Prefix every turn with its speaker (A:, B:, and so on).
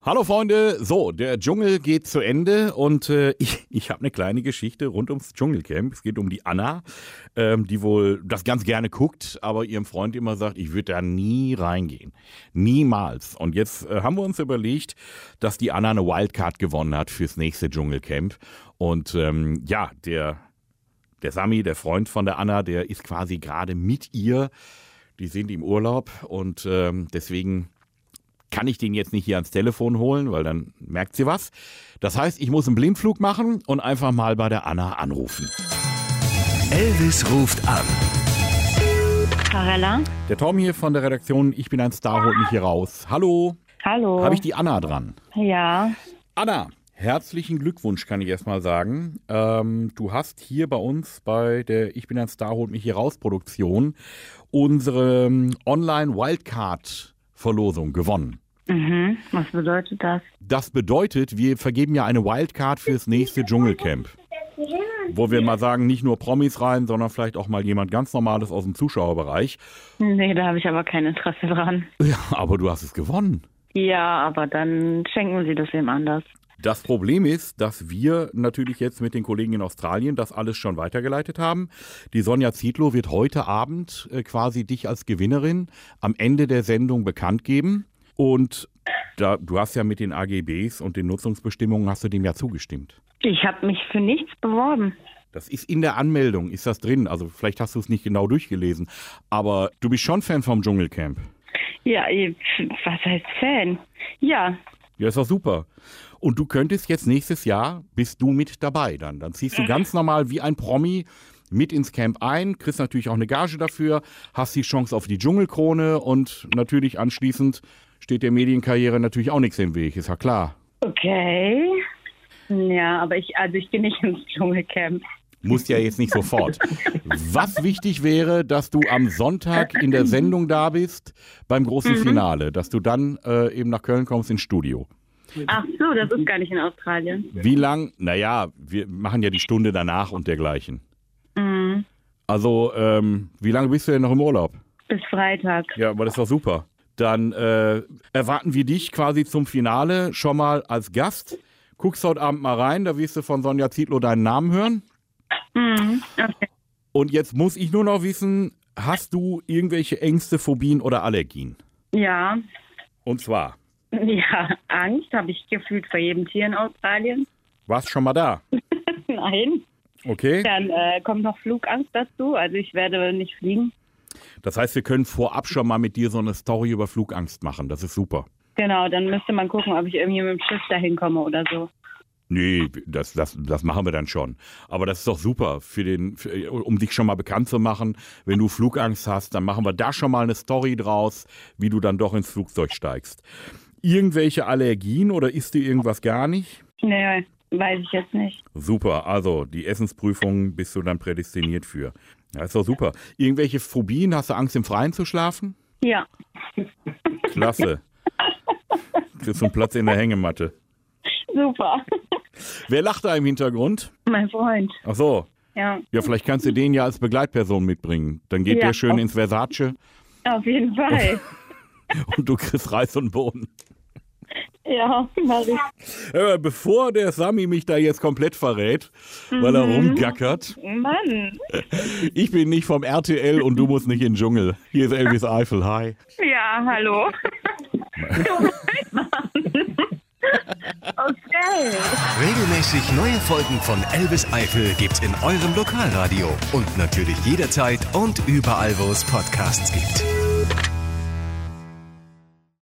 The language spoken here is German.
A: Hallo Freunde, so, der Dschungel geht zu Ende und äh, ich, ich habe eine kleine Geschichte rund ums Dschungelcamp. Es geht um die Anna, ähm, die wohl das ganz gerne guckt, aber ihrem Freund immer sagt, ich würde da nie reingehen. Niemals. Und jetzt äh, haben wir uns überlegt, dass die Anna eine Wildcard gewonnen hat fürs nächste Dschungelcamp. Und ähm, ja, der, der Sami, der Freund von der Anna, der ist quasi gerade mit ihr. Die sind im Urlaub und ähm, deswegen kann ich den jetzt nicht hier ans Telefon holen, weil dann merkt sie was. Das heißt, ich muss einen Blindflug machen und einfach mal bei der Anna anrufen.
B: Elvis ruft an.
C: Carella?
A: Der Tom hier von der Redaktion Ich bin ein Star holt mich hier raus. Hallo,
C: Hallo.
A: habe ich die Anna dran?
C: Ja,
A: Anna, herzlichen Glückwunsch, kann ich erstmal sagen. Ähm, du hast hier bei uns bei der Ich bin ein Star holt mich hier raus Produktion unsere ähm, Online Wildcard Verlosung gewonnen.
C: mhm. was bedeutet das?
A: Das bedeutet, wir vergeben ja eine Wildcard fürs nächste Dschungelcamp. Wo wir mal sagen, nicht nur Promis rein, sondern vielleicht auch mal jemand ganz Normales aus dem Zuschauerbereich.
C: Nee, da habe ich aber kein Interesse dran.
A: Ja, aber du hast es gewonnen.
C: Ja, aber dann schenken Sie das wem anders.
A: Das Problem ist, dass wir natürlich jetzt mit den Kollegen in Australien das alles schon weitergeleitet haben. Die Sonja Zietlow wird heute Abend äh, quasi dich als Gewinnerin am Ende der Sendung bekannt geben. Und da, du hast ja mit den AGBs und den Nutzungsbestimmungen hast du dem ja zugestimmt.
C: Ich habe mich für nichts beworben.
A: Das ist in der Anmeldung, ist das drin. Also vielleicht hast du es nicht genau durchgelesen, aber du bist schon Fan vom Dschungelcamp.
C: Ja, ich- was heißt Fan? Ja,
A: Ja, ist doch super. Und du könntest jetzt nächstes Jahr, bist du mit dabei dann. Dann ziehst du ganz normal wie ein Promi mit ins Camp ein, kriegst natürlich auch eine Gage dafür, hast die Chance auf die Dschungelkrone und natürlich anschließend steht der Medienkarriere natürlich auch nichts im Weg, ist ja klar.
C: okay. Ja, aber ich, also ich gehe nicht ins Dschungelcamp.
A: Muss ja jetzt nicht sofort. Was wichtig wäre, dass du am Sonntag in der Sendung da bist beim großen Finale, dass du dann äh, eben nach Köln kommst ins Studio.
C: Ach so, das ist gar nicht in Australien.
A: Wie lang? Naja, wir machen ja die Stunde danach und dergleichen.
C: Mhm.
A: Also, ähm, wie lange bist du denn noch im Urlaub?
C: Bis Freitag.
A: Ja, aber das war super. Dann äh, erwarten wir dich quasi zum Finale schon mal als Gast. Guckst heute Abend mal rein, da wirst du von Sonja Zietlow deinen Namen hören.
C: Mhm. Okay.
A: Und jetzt muss ich nur noch wissen, hast du irgendwelche Ängste, Phobien oder Allergien?
C: Ja,
A: Und zwar,
C: ja, Angst habe ich gefühlt vor jedem Tier in Australien.
A: warst schon mal da,
C: Nein.
A: okay?
C: Dann äh, kommt noch Flugangst dazu. Also ich werde nicht fliegen.
A: Das heißt, wir können vorab schon mal mit dir so eine Story über Flugangst machen, das ist super.
C: Genau, dann müsste man gucken, ob ich irgendwie mit dem Schiff dahin komme oder so.
A: Nee, das, das, das machen wir dann schon. Aber das ist doch super, für den, für, um dich schon mal bekannt zu machen. Wenn du Flugangst hast, dann machen wir da schon mal eine Story draus, wie du dann doch ins Flugzeug steigst. Irgendwelche Allergien oder isst du irgendwas gar nicht?
C: Nee, weiß ich jetzt nicht.
A: Super, also die Essensprüfung bist du dann prädestiniert für. Ja, ist doch super. Irgendwelche Phobien, hast du Angst im Freien zu schlafen?
C: Ja,
A: Klasse. Kriegst du einen Platz in der Hängematte.
C: super.
A: Wer lacht da im Hintergrund?
C: mein Freund.
A: Ach so,
C: Ja,
A: Ja, vielleicht kannst du den ja als Begleitperson mitbringen. Dann geht
C: Ja.
A: der schön ins Versace
C: auf jeden Fall.
A: und du kriegst Reis und Bohnen.
C: ja, mach ich.
A: Äh, bevor der Sami mich da jetzt komplett verrät, weil er rumgackert.
C: Mann.
A: Ich bin nicht vom RTL und du musst nicht in den Dschungel. Hier ist Elvis Eifel. Hi.
C: Ja, hallo. okay.
B: Regelmäßig neue Folgen von Elvis Eifel gibt's in eurem Lokalradio und natürlich jederzeit und überall, wo es Podcasts gibt.